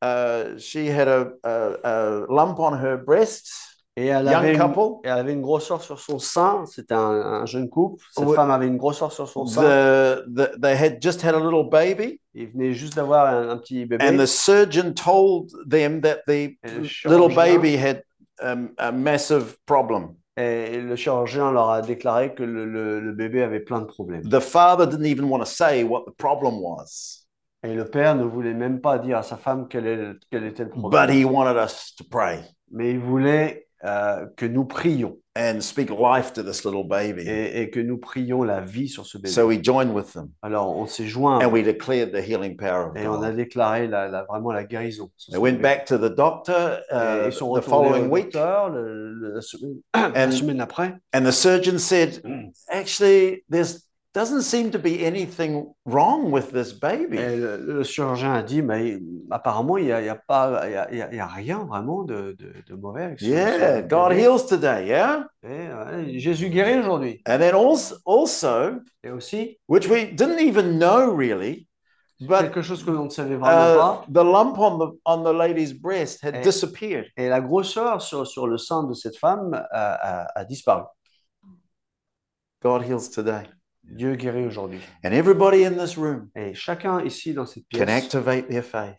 Speaker 1: uh, she had a, a, a lump on her breast.
Speaker 2: Et elle avait
Speaker 1: Young
Speaker 2: une,
Speaker 1: couple.
Speaker 2: Et elle avait une grosseur sur son sein. C'était un, un jeune couple. Cette
Speaker 1: Ouais.
Speaker 2: femme avait une grosseur sur son sein.
Speaker 1: The, the they had just had a little baby,
Speaker 2: Il venait juste d'avoir un, un petit bébé.
Speaker 1: and the surgeon told them that the
Speaker 2: Et le chirurgien-
Speaker 1: little baby had um, a massive problem.
Speaker 2: Et le chirurgien leur a déclaré que le, le- le bébé avait plein de problèmes.
Speaker 1: The father didn't even want to say what the problem was,
Speaker 2: Et le père ne voulait même pas dire à sa femme quel, est- quel était le
Speaker 1: but
Speaker 2: problème.
Speaker 1: he wanted us to pray
Speaker 2: Mais il voulait euh, que nous prions
Speaker 1: and speak life to this little baby.
Speaker 2: et, et que nous prions la vie sur ce bébé.
Speaker 1: So we joined with them
Speaker 2: Alors on s'est joints
Speaker 1: and we declared the healing power of
Speaker 2: et on a
Speaker 1: God.
Speaker 2: déclaré la- la- vraiment la guérison. sur
Speaker 1: They
Speaker 2: ce
Speaker 1: went
Speaker 2: bébé.
Speaker 1: back to the doctor
Speaker 2: Et
Speaker 1: uh,
Speaker 2: ils sont
Speaker 1: the
Speaker 2: retournés
Speaker 1: following
Speaker 2: au
Speaker 1: week,
Speaker 2: docteur le- le- la semaine- la
Speaker 1: And-
Speaker 2: semaine après.
Speaker 1: and the surgeon said, "Actually, there's doesn't seem to be anything wrong with this baby."
Speaker 2: Et le, le chirurgien a dit, mais il- apparemment, il n'y a, il y a pas, il y a, il y a- il y a rien vraiment de, de- de mauvais avec ce-
Speaker 1: Yeah,
Speaker 2: ce
Speaker 1: God
Speaker 2: bébé.
Speaker 1: heals today. Yeah,
Speaker 2: Et, ouais, Jésus guérit aujourd'hui.
Speaker 1: and then also, also
Speaker 2: Et aussi,
Speaker 1: which we didn't even know really, but
Speaker 2: quelque chose que l'on ne savait vraiment
Speaker 1: uh,
Speaker 2: pas.
Speaker 1: the lump on the on the lady's breast had
Speaker 2: Eh.
Speaker 1: disappeared.
Speaker 2: Et la grosseur sur, sur le sein de cette femme a, a- a disparu.
Speaker 1: God heals today.
Speaker 2: Dieu guérit aujourd'hui.
Speaker 1: And everybody in this room
Speaker 2: Et chacun ici dans cette
Speaker 1: can
Speaker 2: pièce
Speaker 1: activate their faith,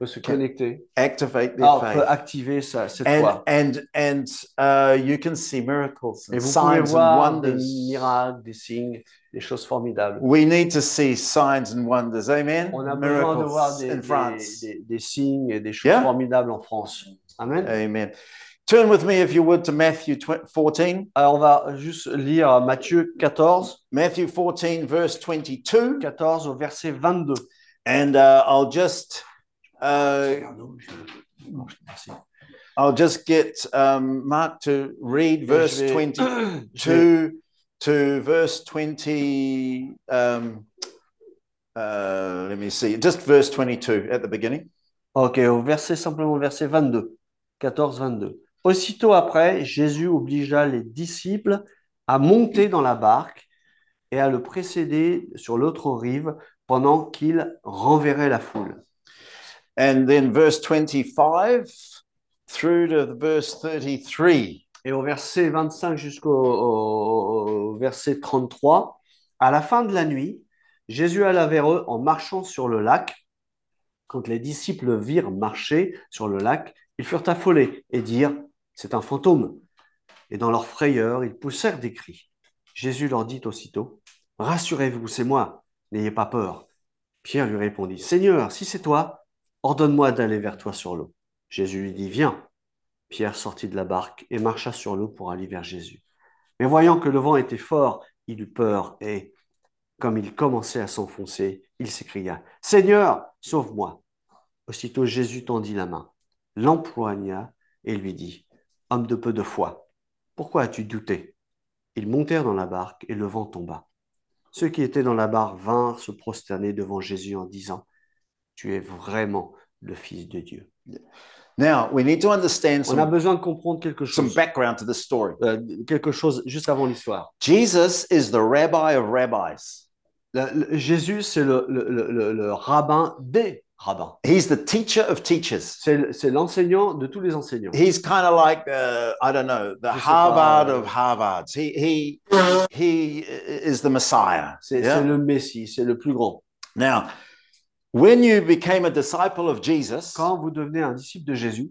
Speaker 2: peut se connecter,
Speaker 1: activate their
Speaker 2: ah, peut
Speaker 1: faith.
Speaker 2: activer sa, cette
Speaker 1: And,
Speaker 2: foi.
Speaker 1: and, and uh, you can see miracles
Speaker 2: Et
Speaker 1: and
Speaker 2: vous pouvez
Speaker 1: signs and
Speaker 2: voir des
Speaker 1: wonders.
Speaker 2: miracles, des signes, des choses formidables.
Speaker 1: We need to see signs and wonders. Amen.
Speaker 2: On a besoin de
Speaker 1: Miracles
Speaker 2: voir des,
Speaker 1: in
Speaker 2: des,
Speaker 1: France.
Speaker 2: des- des signes et des choses
Speaker 1: Yeah. Euh,
Speaker 2: formidables en France. Amen.
Speaker 1: Amen. Turn with me, if you would, to Matthew tw- 14.
Speaker 2: Alors, on va juste lire euh, Matthieu 14,
Speaker 1: Matthew 14, verse 22.
Speaker 2: 14 au verset 22.
Speaker 1: And uh, I'll just uh,
Speaker 2: Pardon, je- non, je- merci.
Speaker 1: I'll just get um, Mark to read verse
Speaker 2: Je vais-
Speaker 1: 22
Speaker 2: *coughs* je vais-
Speaker 1: to verse 20. Um, uh, let me see, just verse 22 at the beginning.
Speaker 2: Ok, au verset simplement au verset 22. 14, 22. Aussitôt après, Jésus obligea les disciples à monter dans la barque et à le précéder sur l'autre rive pendant qu'il renverrait la foule.
Speaker 1: And then verse 25 through to the verse 33.
Speaker 2: Et au verset 25 jusqu'au au- au verset 33, à la fin de la nuit, Jésus alla vers eux en marchant sur le lac. Quand les disciples le virent marcher sur le lac, ils furent affolés et dirent, C'est un fantôme. Et dans leur frayeur, ils poussèrent des cris. Jésus leur dit aussitôt, Rassurez-vous, c'est moi, n'ayez pas peur. Pierre lui répondit, Seigneur, si c'est toi, ordonne-moi d'aller vers toi sur l'eau. Jésus lui dit, Viens. Pierre sortit de la barque et marcha sur l'eau pour aller vers Jésus. Mais voyant que le vent était fort, il eut peur et, comme il commençait à s'enfoncer, il s'écria Seigneur, sauve-moi Aussitôt Jésus tendit la main, l'empoigna et lui dit Homme de peu de foi, pourquoi as-tu douté Ils montèrent dans la barque et le vent tomba. Ceux qui étaient dans la barque vinrent se prosterner devant Jésus en disant Tu es vraiment le Fils de Dieu.
Speaker 1: Now, we need to understand
Speaker 2: On a
Speaker 1: some,
Speaker 2: besoin de comprendre quelque
Speaker 1: some
Speaker 2: chose.
Speaker 1: background to this story.
Speaker 2: euh, quelque chose juste avant l'histoire.
Speaker 1: Jesus is the rabbi of rabbis,
Speaker 2: Le- le- Jésus, c'est le, le- le- le- le rabbin des rabbins.
Speaker 1: he's the teacher of teachers.
Speaker 2: C'est le- c'est l'enseignant de tous les enseignants.
Speaker 1: he's kind of like uh, I don't know the
Speaker 2: Just
Speaker 1: Harvard
Speaker 2: about-
Speaker 1: of Harvards. He he he is the Messiah.
Speaker 2: C'est
Speaker 1: Yeah?
Speaker 2: c'est le Messie, c'est le plus grand.
Speaker 1: Now, when you became a disciple of Jesus,
Speaker 2: Quand vous devenez un disciple de Jésus,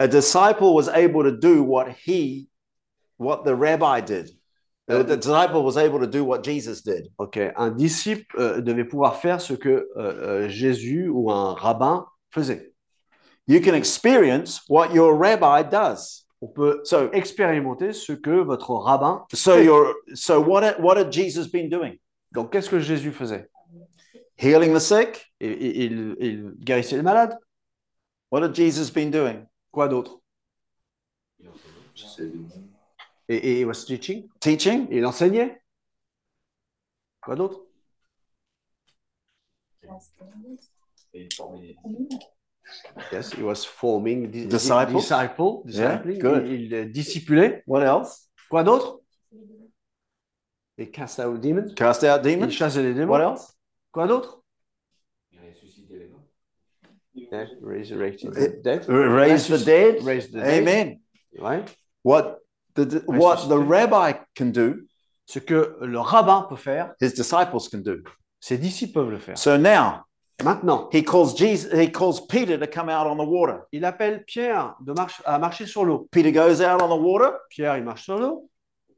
Speaker 1: a disciple was able to do what he, what the rabbi did. The, the disciple was able to do what Jesus did.
Speaker 2: ok, un disciple euh, devait pouvoir faire ce que euh, euh, Jésus ou un rabbin faisait.
Speaker 1: You can experience what your rabbi does.
Speaker 2: On peut
Speaker 1: So
Speaker 2: expérimenter ce que votre rabbin.
Speaker 1: so your so what had- what had Jesus been doing?
Speaker 2: Donc, qu'est-ce que Jésus faisait
Speaker 1: Healing the sick.
Speaker 2: Et- et- il, il guérissait les malades.
Speaker 1: What had Jesus been doing?
Speaker 2: Quoi d'autre Et, et, he was teaching.
Speaker 1: Teaching.
Speaker 2: Et il enseignait. Quoi d'autre Yes, he was forming di- di-
Speaker 1: Disciples.
Speaker 2: disciple,
Speaker 1: Yeah,
Speaker 2: discipling.
Speaker 1: good.
Speaker 2: Il, il, euh, discipulait.
Speaker 1: What else?
Speaker 2: Quoi d'autre Il cast out demons.
Speaker 1: Cast out
Speaker 2: Il
Speaker 1: demons.
Speaker 2: chassait les démons.
Speaker 1: What else?
Speaker 2: Quoi d'autre Yeah, resurrected the dead.
Speaker 1: raise the dead.
Speaker 2: Raise the dead.
Speaker 1: Amen.
Speaker 2: Ouais.
Speaker 1: What the, the- what the rabbi can do,
Speaker 2: Ce que le rabbin peut faire,
Speaker 1: his disciples can do.
Speaker 2: ses disciples peuvent le faire.
Speaker 1: So now
Speaker 2: Maintenant,
Speaker 1: he calls Jesus. He calls Peter to come out on the water.
Speaker 2: il appelle Pierre de marche, à marcher sur l'eau.
Speaker 1: Peter goes out on the water,
Speaker 2: Pierre, il marche sur l'eau.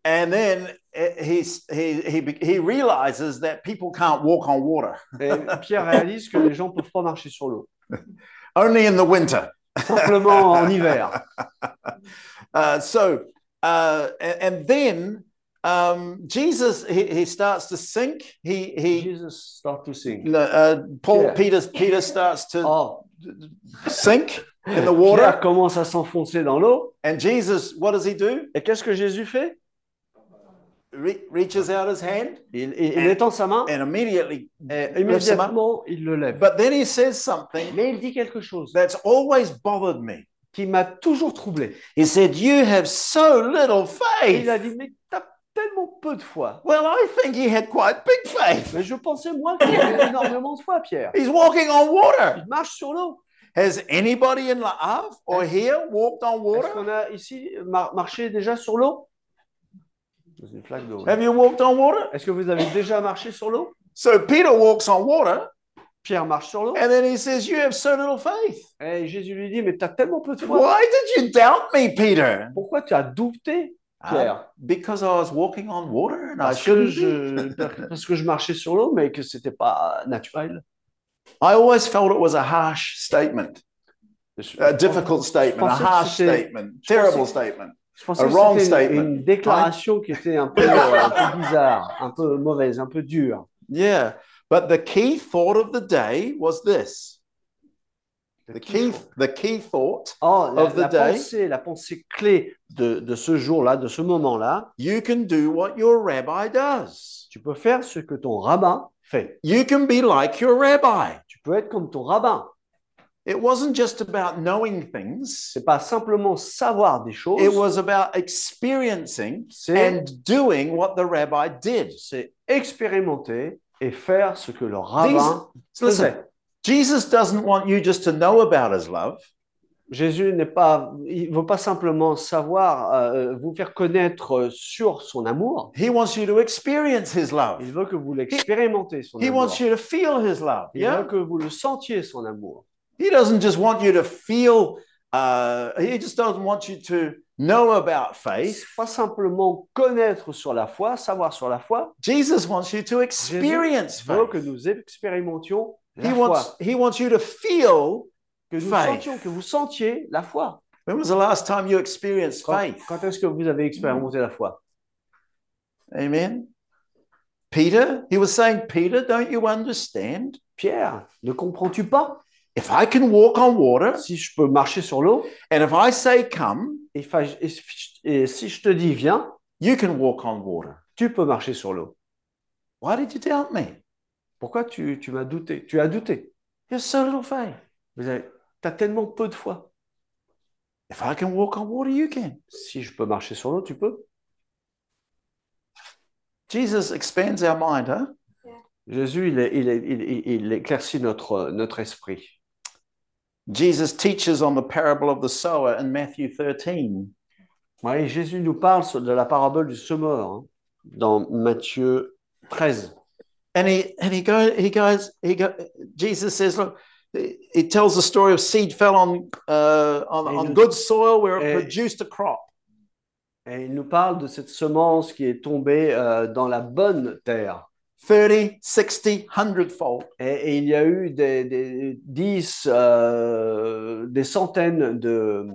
Speaker 1: and then eh, he's, he he be- he realizes that people can't walk on water
Speaker 2: Et Pierre réalise que les gens ne peuvent pas marcher sur l'eau.
Speaker 1: only in the winter.
Speaker 2: Simplement en hiver.
Speaker 1: Uh, so uh, a- and, then um, Jesus he, he starts to sink. He he.
Speaker 2: Jesus start to sing.
Speaker 1: no, Uh, Paul
Speaker 2: Yeah.
Speaker 1: Peter Peter starts to
Speaker 2: Oh,
Speaker 1: sink. In the water.
Speaker 2: Pierre commence à s'enfoncer dans l'eau.
Speaker 1: And Jesus, what does he do?
Speaker 2: Et qu'est-ce que Jésus fait
Speaker 1: Re- reaches out his hand
Speaker 2: il, il- il étend sa main
Speaker 1: and immediately.
Speaker 2: et
Speaker 1: lève sa main.
Speaker 2: immédiatement il le lève. Ben,
Speaker 1: But then he says something
Speaker 2: Mais il dit quelque chose
Speaker 1: that's always bothered me.
Speaker 2: qui m'a toujours troublé.
Speaker 1: He said, You have so little
Speaker 2: Et il a
Speaker 1: faith.
Speaker 2: dit Mais t'as tellement peu de foi.
Speaker 1: Well, I think he had quite big faith.
Speaker 2: Mais je pensais moi qu'il avait énormément de foi, Pierre.
Speaker 1: He's walking on water.
Speaker 2: Il marche sur l'eau.
Speaker 1: Has anybody in La Havre or here walked on
Speaker 2: Est-ce
Speaker 1: water?
Speaker 2: qu'on a ici mar- marché déjà sur l'eau dans une flaque d'eau.
Speaker 1: Have you walked on water?
Speaker 2: Est-ce que vous avez déjà marché sur l'eau
Speaker 1: So Peter walks on water,
Speaker 2: Pierre marche sur l'eau.
Speaker 1: and then he says, You have so little faith.
Speaker 2: Et Jésus lui dit, mais tu as tellement peu de foi.
Speaker 1: Why did you doubt me, Peter?
Speaker 2: Pourquoi tu as douté,
Speaker 1: Ah,
Speaker 2: Pierre
Speaker 1: because I was walking on water and I
Speaker 2: parce que,
Speaker 1: shouldn't do it.
Speaker 2: je, parce que je marchais sur l'eau, mais que c'était pas naturel.
Speaker 1: I always felt it was a harsh statement,
Speaker 2: Je,
Speaker 1: a difficult statement, a
Speaker 2: pensais que
Speaker 1: harsh
Speaker 2: c'était-
Speaker 1: statement, terrible
Speaker 2: pensais-
Speaker 1: statement.
Speaker 2: je pensais
Speaker 1: a
Speaker 2: que
Speaker 1: wrong
Speaker 2: c'était une-
Speaker 1: statement.
Speaker 2: une, déclaration qui était
Speaker 1: *laughs*
Speaker 2: un peu, euh, un peu bizarre, un peu mauvaise, un peu dure.
Speaker 1: Yeah. But the key thought of the day was this. The key, the key thought
Speaker 2: Oh, la,
Speaker 1: of the
Speaker 2: la
Speaker 1: day.
Speaker 2: pensée, la pensée clé de, de ce jour-là, de ce moment-là,
Speaker 1: you can do what your rabbi does.
Speaker 2: tu peux faire ce que ton rabbin fait.
Speaker 1: You can be like your rabbi.
Speaker 2: Tu peux être comme ton rabbin.
Speaker 1: It wasn't just about knowing things,
Speaker 2: C'est pas simplement savoir des choses.
Speaker 1: it was about experiencing
Speaker 2: C'est
Speaker 1: and doing what the rabbi did.
Speaker 2: c'est expérimenter et faire ce que le
Speaker 1: These,
Speaker 2: rabbin
Speaker 1: so listen,
Speaker 2: faisait.
Speaker 1: Jesus doesn't want you just to know about his love.
Speaker 2: Jésus n'est pas, il ne veut pas simplement savoir, euh, vous faire connaître euh, sur son amour.
Speaker 1: He wants you to experience his love.
Speaker 2: Il veut que vous l'expérimentez, son
Speaker 1: He
Speaker 2: amour.
Speaker 1: wants you to feel his love.
Speaker 2: Il
Speaker 1: Yeah.
Speaker 2: veut que vous le sentiez, son amour.
Speaker 1: He doesn't just want you to feel, uh, he just doesn't want you to know about faith.
Speaker 2: Pas simplement connaître sur la foi, savoir sur la foi.
Speaker 1: Jesus wants you to experience
Speaker 2: Il veut que
Speaker 1: faith.
Speaker 2: nous expérimentions la
Speaker 1: He
Speaker 2: foi.
Speaker 1: wants, he wants you to feel.
Speaker 2: que nous
Speaker 1: faith.
Speaker 2: sentions, que vous sentiez la foi.
Speaker 1: When was the last time you experienced
Speaker 2: Quand,
Speaker 1: faith? Mm.
Speaker 2: quand est-ce que vous avez expérimenté la foi
Speaker 1: Amen. Peter, he was saying, Peter, don't you understand?
Speaker 2: Pierre, ne comprends-tu pas
Speaker 1: If I can walk on water
Speaker 2: Si je peux marcher sur l'eau
Speaker 1: and if I say come,
Speaker 2: et, fa- et si- et si je te dis viens,
Speaker 1: you can walk on water.
Speaker 2: tu peux marcher sur l'eau.
Speaker 1: Why did you doubt me?
Speaker 2: Pourquoi tu, tu m'as douté Tu as douté.
Speaker 1: You have so little faith.
Speaker 2: Vous avez, t'as tellement peu de foi.
Speaker 1: If I can walk on water, you can.
Speaker 2: Si je peux marcher sur l'eau, tu peux.
Speaker 1: Jesus expands our mind, huh?
Speaker 2: Jésus, il, est- il est- il- il- il éclaircit notre, notre esprit.
Speaker 1: Jesus teaches on the parable of the sower in Matthew 13.
Speaker 2: Ouais, Jésus nous parle sur- de la parabole du semeur hein, dans Matthieu 13.
Speaker 1: And he and he goes, he goes, he go, Jesus says, look, he he tells the story of seed fell on uh, on,
Speaker 2: Hey,
Speaker 1: on
Speaker 2: look.
Speaker 1: good soil where it
Speaker 2: Hey.
Speaker 1: produced a crop.
Speaker 2: Et il nous parle de cette semence qui est tombée euh, dans la bonne terre.
Speaker 1: 30, 60, 100 fold.
Speaker 2: Et, et il y a eu des, des, 10, euh, des centaines de,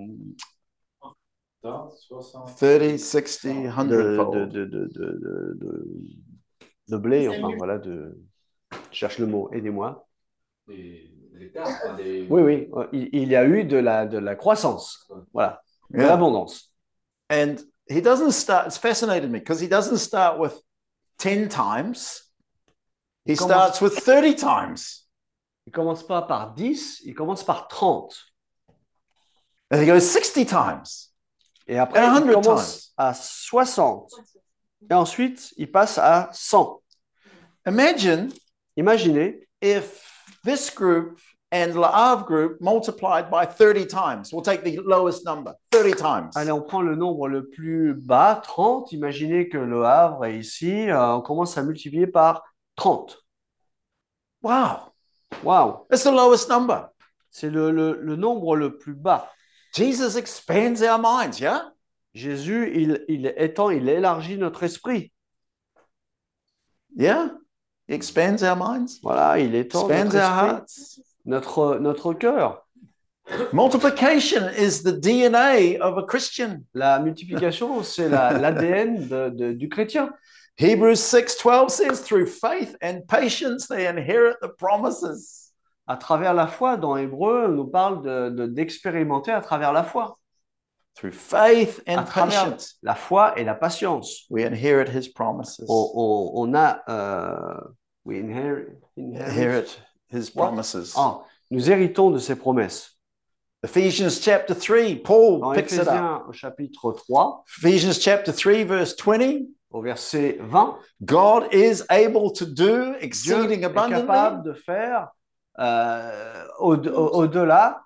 Speaker 1: 30, 60,
Speaker 2: de,
Speaker 1: 100
Speaker 2: de,
Speaker 1: fold.
Speaker 2: de, de, de- de- de- de blé, enfin voilà, de, je cherche le mot, aidez-moi.
Speaker 3: Des, des tares, enfin, des-
Speaker 2: Oui, oui, euh, il, il y a eu de la, de la croissance, voilà, de
Speaker 1: Yeah.
Speaker 2: l'abondance.
Speaker 1: And he doesn't start, it's fascinated me because he doesn't start with 10 times, he
Speaker 2: Comment-
Speaker 1: starts with 30 times.
Speaker 2: Il commence pas par 10, il commence par 30.
Speaker 1: And he goes 60 times.
Speaker 2: Et après,
Speaker 1: And a
Speaker 2: il
Speaker 1: hundred times.
Speaker 2: commence à 60. Et ensuite, il passe à 100.
Speaker 1: Imagine
Speaker 2: Imaginez
Speaker 1: if this group and La'av group multiplied by 30 times. We'll take the lowest number, 30 times.
Speaker 2: Allez, on prend le nombre le plus bas, 30. Imaginez que le Havre est ici, euh, on commence à multiplier par 30.
Speaker 1: Wow,
Speaker 2: Waouh!
Speaker 1: that's the lowest number.
Speaker 2: C'est le, le- le nombre le plus bas.
Speaker 1: Jesus expands our minds, yeah?
Speaker 2: Jésus, il, il étend, il élargit notre esprit.
Speaker 1: Yeah? He expands our minds,
Speaker 2: Voilà, il étend
Speaker 1: expands
Speaker 2: notre,
Speaker 1: our
Speaker 2: esprit,
Speaker 1: hearts.
Speaker 2: notre, notre cœur.
Speaker 1: Multiplication is the DNA of a Christian.
Speaker 2: La multiplication, c'est la- l'ADN de- de- du chrétien.
Speaker 1: Hebrews 6:12 says, through faith and patience they inherit the promises.
Speaker 2: À travers la foi, dans Hébreu, on nous parle de- de- d'expérimenter à travers la foi.
Speaker 1: Through faith and
Speaker 2: À travers-
Speaker 1: patience,
Speaker 2: La foi et la patience.
Speaker 1: we inherit his promises.
Speaker 2: on, on- on a euh, we inherit, inherit-
Speaker 1: Inherit his
Speaker 2: What?
Speaker 1: promises.
Speaker 2: Ah, nous héritons de ses promesses.
Speaker 1: Ephesians chapter 3, Paul
Speaker 2: En
Speaker 1: picks it up.
Speaker 2: Éphésiens au chapitre 3
Speaker 1: Ephesians chapter 3, verse 20.
Speaker 2: au verset 20,
Speaker 1: God is able to do
Speaker 2: Dieu est
Speaker 1: exceeding abundantly
Speaker 2: capable de faire euh, au- au- au-delà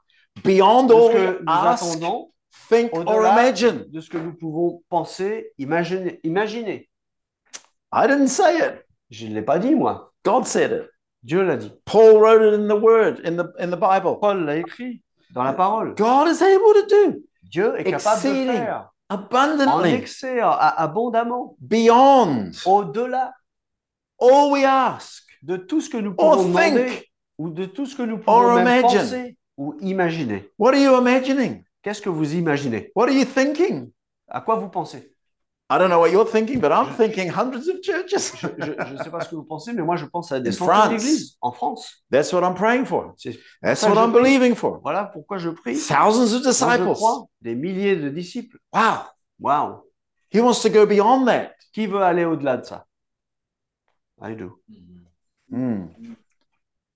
Speaker 1: beyond
Speaker 2: de
Speaker 1: all
Speaker 2: ce que
Speaker 1: we
Speaker 2: nous
Speaker 1: ask,
Speaker 2: attendons,
Speaker 1: think, or
Speaker 2: au-delà
Speaker 1: imagine.
Speaker 2: de ce que nous pouvons penser, imagine- imaginer.
Speaker 1: I didn't say it.
Speaker 2: Je ne l'ai pas dit, moi.
Speaker 1: God said it.
Speaker 2: Dieu l'a dit.
Speaker 1: Paul wrote it in the word, in the in the Bible.
Speaker 2: Paul l'a écrit dans la parole.
Speaker 1: God is able to do
Speaker 2: Dieu est capable de
Speaker 1: Exceeding.
Speaker 2: faire en
Speaker 1: abundantly
Speaker 2: excès, à- abondamment,
Speaker 1: beyond
Speaker 2: au-delà
Speaker 1: all we ask
Speaker 2: de tout ce que nous
Speaker 1: or
Speaker 2: pouvons demander
Speaker 1: think.
Speaker 2: ou de tout ce que nous
Speaker 1: Or
Speaker 2: pouvons même
Speaker 1: imagine.
Speaker 2: penser ou imaginer.
Speaker 1: What are you imagining?
Speaker 2: Qu'est-ce que vous imaginez
Speaker 1: What are you thinking?
Speaker 2: À quoi vous pensez
Speaker 1: I don't know what you're thinking, but I'm thinking hundreds of churches. *laughs*
Speaker 2: Je ne sais pas ce que vous pensez, mais moi je pense à des
Speaker 1: In
Speaker 2: centaines
Speaker 1: France.
Speaker 2: d'églises en France.
Speaker 1: That's what I'm praying for.
Speaker 2: C'est-
Speaker 1: That's
Speaker 2: Ça,
Speaker 1: what
Speaker 2: je
Speaker 1: I'm
Speaker 2: prie.
Speaker 1: believing for.
Speaker 2: Voilà pourquoi je prie.
Speaker 1: Thousands of
Speaker 2: Moi, je
Speaker 1: disciples.
Speaker 2: crois des milliers de disciples.
Speaker 1: Wow.
Speaker 2: Waouh
Speaker 1: He wants to go beyond that.
Speaker 2: Qui veut aller au-delà de ça I do.
Speaker 1: Hmm.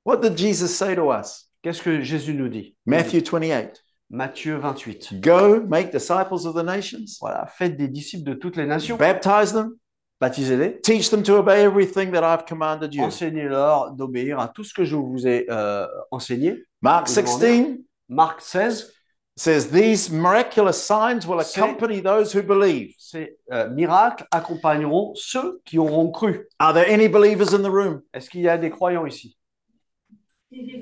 Speaker 1: What did Jesus say to us?
Speaker 2: Qu'est-ce que Jésus nous dit
Speaker 1: Matthew 28.
Speaker 2: Matthieu 28.
Speaker 1: Go make disciples of the nations,
Speaker 2: Voilà, faites des disciples de toutes les nations,
Speaker 1: baptize them,
Speaker 2: baptisez-les,
Speaker 1: teach them to obey everything that I've commanded you.
Speaker 2: enseignez-leur d'obéir à tout ce que je vous ai euh, enseigné.
Speaker 1: Mark 16
Speaker 2: Marc 16,
Speaker 1: says, These miraculous signs will
Speaker 2: Say-
Speaker 1: accompany those who believe.
Speaker 2: ces euh, miracles accompagneront ceux qui auront cru.
Speaker 1: Are there any believers in the room?
Speaker 2: Est-ce qu'il y a des croyants ici Et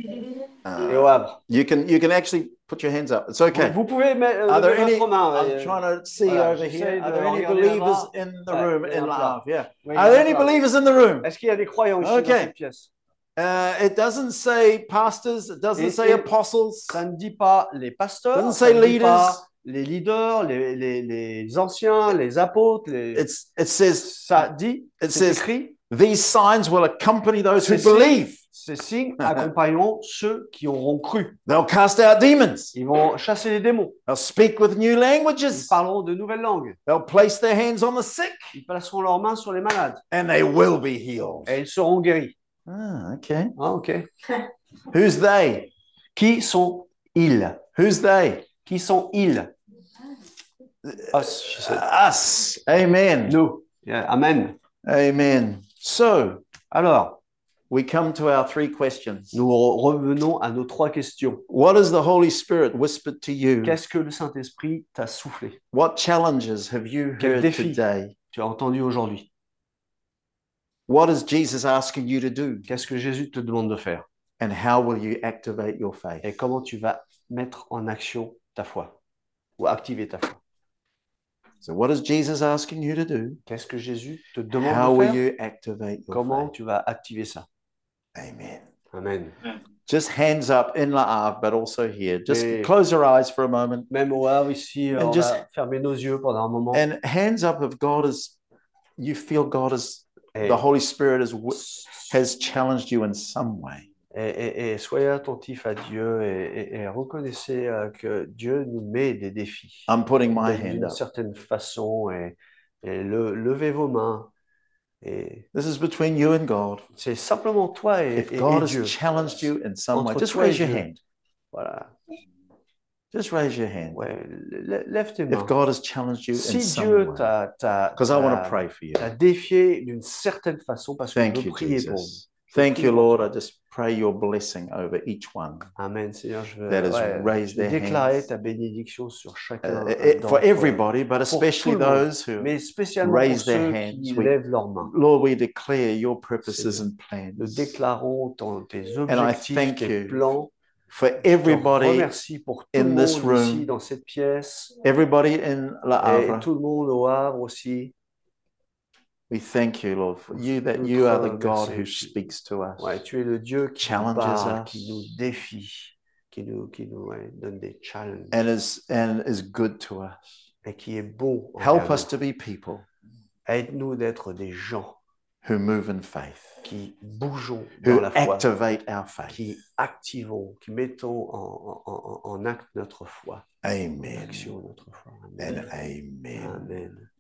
Speaker 1: Uh,
Speaker 2: au Havre
Speaker 1: you can you can actually put your hands up. It's okay.
Speaker 2: Vous, vous pouvez mettre euh,
Speaker 1: Are there
Speaker 2: lever
Speaker 1: any-
Speaker 2: votre main.
Speaker 1: I'm
Speaker 2: euh,
Speaker 1: trying to see
Speaker 2: voilà,
Speaker 1: over
Speaker 2: j'essaie
Speaker 1: here. Are
Speaker 2: de
Speaker 1: there any
Speaker 2: regarder là-bas.
Speaker 1: believers in the
Speaker 2: Ouais,
Speaker 1: room
Speaker 2: il y
Speaker 1: in
Speaker 2: en a
Speaker 1: La
Speaker 2: plein.
Speaker 1: Havre? Yeah.
Speaker 2: oui,
Speaker 1: Are there any
Speaker 2: d'accord.
Speaker 1: believers in the room?
Speaker 2: Est-ce qu'il y a des croyants ici
Speaker 1: Ok.
Speaker 2: dans cette pièce
Speaker 1: Uh, it doesn't say pastors. It doesn't
Speaker 2: It-
Speaker 1: say
Speaker 2: it-
Speaker 1: apostles.
Speaker 2: Ça ne dit pas les pasteurs,
Speaker 1: Doesn't
Speaker 2: ça
Speaker 1: say
Speaker 2: ne dit pas
Speaker 1: leaders.
Speaker 2: les leaders, les, les- les anciens, les apôtres. les-
Speaker 1: It's it says
Speaker 2: Ça dit,
Speaker 1: It
Speaker 2: c'est
Speaker 1: says-
Speaker 2: écrit.
Speaker 1: these signs will accompany those who
Speaker 2: Ces signes-
Speaker 1: believe. *laughs*
Speaker 2: Ces signes accompagneront ceux qui auront cru.
Speaker 1: They'll cast out demons.
Speaker 2: Ils vont chasser les démons.
Speaker 1: They'll speak with new
Speaker 2: Ils
Speaker 1: languages.
Speaker 2: parleront de nouvelles langues.
Speaker 1: They'll place their hands on the sick,
Speaker 2: Ils placeront leurs mains sur les malades.
Speaker 1: and they will be healed.
Speaker 2: Et ils seront guéris.
Speaker 1: Ah, okay.
Speaker 2: Ah, ok.
Speaker 1: Who's they?
Speaker 2: Qui sont-ils
Speaker 1: Who's they?
Speaker 2: Qui sont-ils
Speaker 1: Ah,
Speaker 2: Us, she said.
Speaker 1: Us. Amen.
Speaker 2: euh, Nous. Yeah, Amen.
Speaker 1: Amen. So
Speaker 2: Alors,
Speaker 1: we come to our three questions.
Speaker 2: nous re- revenons à nos trois questions.
Speaker 1: What has the Holy Spirit whispered to you?
Speaker 2: Qu'est-ce que le Saint-Esprit t'a soufflé
Speaker 1: What challenges have you
Speaker 2: Quel
Speaker 1: heard
Speaker 2: défi?
Speaker 1: today?
Speaker 2: Tu as entendu aujourd'hui.
Speaker 1: What is Jesus asking you to do?
Speaker 2: Qu'est-ce que Jésus te demande de faire
Speaker 1: And how will you activate your faith?
Speaker 2: Et comment tu vas mettre en action ta foi Ou activer ta foi
Speaker 1: So, what is Jesus asking you to do?
Speaker 2: Qu'est-ce que Jésus te
Speaker 1: How
Speaker 2: demande de
Speaker 1: will
Speaker 2: faire
Speaker 1: you activate your
Speaker 2: Comment tu vas activer ça
Speaker 1: faith? Amen.
Speaker 2: Amen.
Speaker 1: Just hands up in La Havre, but also here. Just
Speaker 2: Yeah.
Speaker 1: close your eyes for a moment.
Speaker 2: Même au Havre, ici,
Speaker 1: And
Speaker 2: on
Speaker 1: just-
Speaker 2: va fermer nos yeux pendant un moment.
Speaker 1: And hands up if God is, you feel God is,
Speaker 2: Et,
Speaker 1: the Holy Spirit is, wi- has challenged you in some way.
Speaker 2: et- et- et soyez attentifs à Dieu et, et- et reconnaissez euh, que Dieu nous met des défis
Speaker 1: I'm putting Ah, my
Speaker 2: d'une
Speaker 1: hand
Speaker 2: d'une
Speaker 1: up.
Speaker 2: certaine façon. Et, et le- levez vos mains. Et
Speaker 1: This is between you and God.
Speaker 2: c'est simplement toi et,
Speaker 1: If
Speaker 2: et- et
Speaker 1: God has
Speaker 2: Dieu.
Speaker 1: challenged you in some way,
Speaker 2: Entre
Speaker 1: just
Speaker 2: toi et
Speaker 1: raise your
Speaker 2: Dieu.
Speaker 1: hand.
Speaker 2: Voilà.
Speaker 1: Just raise your hand.
Speaker 2: Ouais, lè- lève tes mains.
Speaker 1: If God has challenged you in
Speaker 2: Si
Speaker 1: some
Speaker 2: Dieu
Speaker 1: way.
Speaker 2: t'a t'a-
Speaker 1: Because I want
Speaker 2: t'a-
Speaker 1: to pray for you.
Speaker 2: t'a défié d'une certaine façon parce que
Speaker 1: Thank
Speaker 2: je veux
Speaker 1: you,
Speaker 2: prier pour vous.
Speaker 1: Jesus. Thank you, Lord. I just pray your blessing over each one.
Speaker 2: Amen, Seigneur, je veux
Speaker 1: That has
Speaker 2: ouais,
Speaker 1: raised
Speaker 2: je veux
Speaker 1: their
Speaker 2: déclarer
Speaker 1: hands.
Speaker 2: ta bénédiction sur chacun euh,
Speaker 1: Uh, it-
Speaker 2: d'entre
Speaker 1: for
Speaker 2: eux.
Speaker 1: everybody, but especially
Speaker 2: tout le monde.
Speaker 1: those who,
Speaker 2: mais spécialement pour
Speaker 1: raise
Speaker 2: ceux
Speaker 1: their
Speaker 2: qui
Speaker 1: hands, we-
Speaker 2: lèvent leurs mains.
Speaker 1: Lord, we declare your purposes
Speaker 2: Seigneur.
Speaker 1: and
Speaker 2: Nous
Speaker 1: plans
Speaker 2: déclarons ton- tes
Speaker 1: I
Speaker 2: objectifs,
Speaker 1: thank
Speaker 2: tes
Speaker 1: you.
Speaker 2: plans.
Speaker 1: for
Speaker 2: Je te
Speaker 1: everybody,
Speaker 2: remercie pour tout
Speaker 1: in
Speaker 2: le monde
Speaker 1: this room,
Speaker 2: ici, dans cette pièce,
Speaker 1: everybody in La
Speaker 2: et
Speaker 1: Havre.
Speaker 2: tout le monde au Havre aussi.
Speaker 1: We thank you, Lord, for you that
Speaker 2: Nous
Speaker 1: you are the
Speaker 2: te
Speaker 1: God who
Speaker 2: remercions.
Speaker 1: speaks to us.
Speaker 2: Ouais, tu es le Dieu qui nous
Speaker 1: Challenges
Speaker 2: parle,
Speaker 1: us.
Speaker 2: qui nous défie, qui nous, qui nous ouais, donne des challenges
Speaker 1: And is and is good to us.
Speaker 2: et qui est bon.
Speaker 1: Help us to be people
Speaker 2: Aide-nous d'être des gens
Speaker 1: who move in faith,
Speaker 2: qui bougeons dans
Speaker 1: who
Speaker 2: la foi.
Speaker 1: activate our faith.
Speaker 2: qui activons, qui mettons en, en- en- en acte notre foi, en
Speaker 1: Amen.
Speaker 2: action notre foi.
Speaker 1: And
Speaker 2: Amen.
Speaker 1: amen.
Speaker 2: Amen.